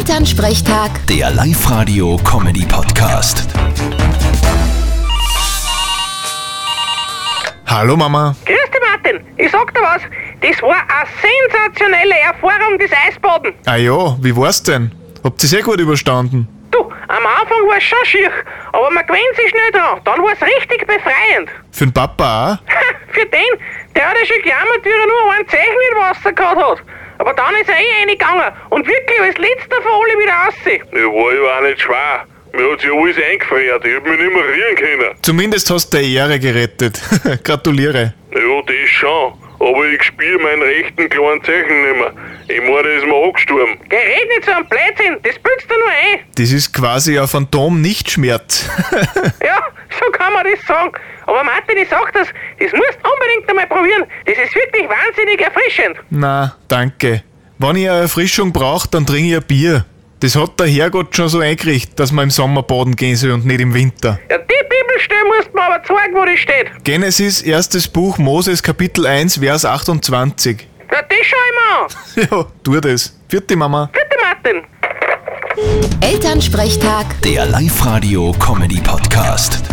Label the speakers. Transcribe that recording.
Speaker 1: Elternsprechtag,
Speaker 2: Der Live-Radio-Comedy-Podcast.
Speaker 3: Hallo Mama.
Speaker 4: Grüß dich, Martin. Ich sag dir was. Das war eine sensationelle Erfahrung des um Eisbaden.
Speaker 3: Ah ja, wie war's denn? Habt ihr sehr gut überstanden?
Speaker 4: Du, am Anfang war es schon schier, aber man gewöhnt sich schnell dran. Dann war es richtig befreiend.
Speaker 3: Für den Papa ah? auch?
Speaker 4: Für den, der hat ja schon gejammert, wie er nur ein Zeichen in Wasser gehabt hat. Aber dann ist er eh reingegangen und wirklich als letzter von alle wieder aussehen.
Speaker 5: Ja, war ja auch nicht schwer. Mir hat sich alles eingefriert. Ich hab mich nicht mehr rühren können.
Speaker 3: Zumindest hast du die Ehre gerettet. Gratuliere.
Speaker 5: Ja, das schon. Aber ich spüre meinen rechten kleinen Zeichen nicht mehr. Ich meine, der ist mir angestorben.
Speaker 4: Geh, red nicht so einen Blödsinn, das bildst du nur eh. ein.
Speaker 3: Das ist quasi ein Phantom nicht Schmerz.
Speaker 4: Ja, so kann man das sagen. Aber Martin, ich sag das, das musst du unbedingt einmal probieren. Das ist wirklich wahnsinnig erfrischend.
Speaker 3: Na, danke. Wenn ich eine Erfrischung brauche, dann trinke ich ein Bier. Das hat der Herrgott schon so eingerichtet, dass man im Sommer baden gehen soll und nicht im Winter.
Speaker 4: Ja, die Bibelstelle musst du mir aber zeigen, wo die steht.
Speaker 3: Genesis, erstes Buch Moses, Kapitel 1, Vers 28.
Speaker 4: Na, das schau ich mir an.
Speaker 3: Ja, tu das. Vierte Mama.
Speaker 4: Bitte, Martin.
Speaker 1: Elternsprechtag.
Speaker 2: Der Live-Radio-Comedy-Podcast.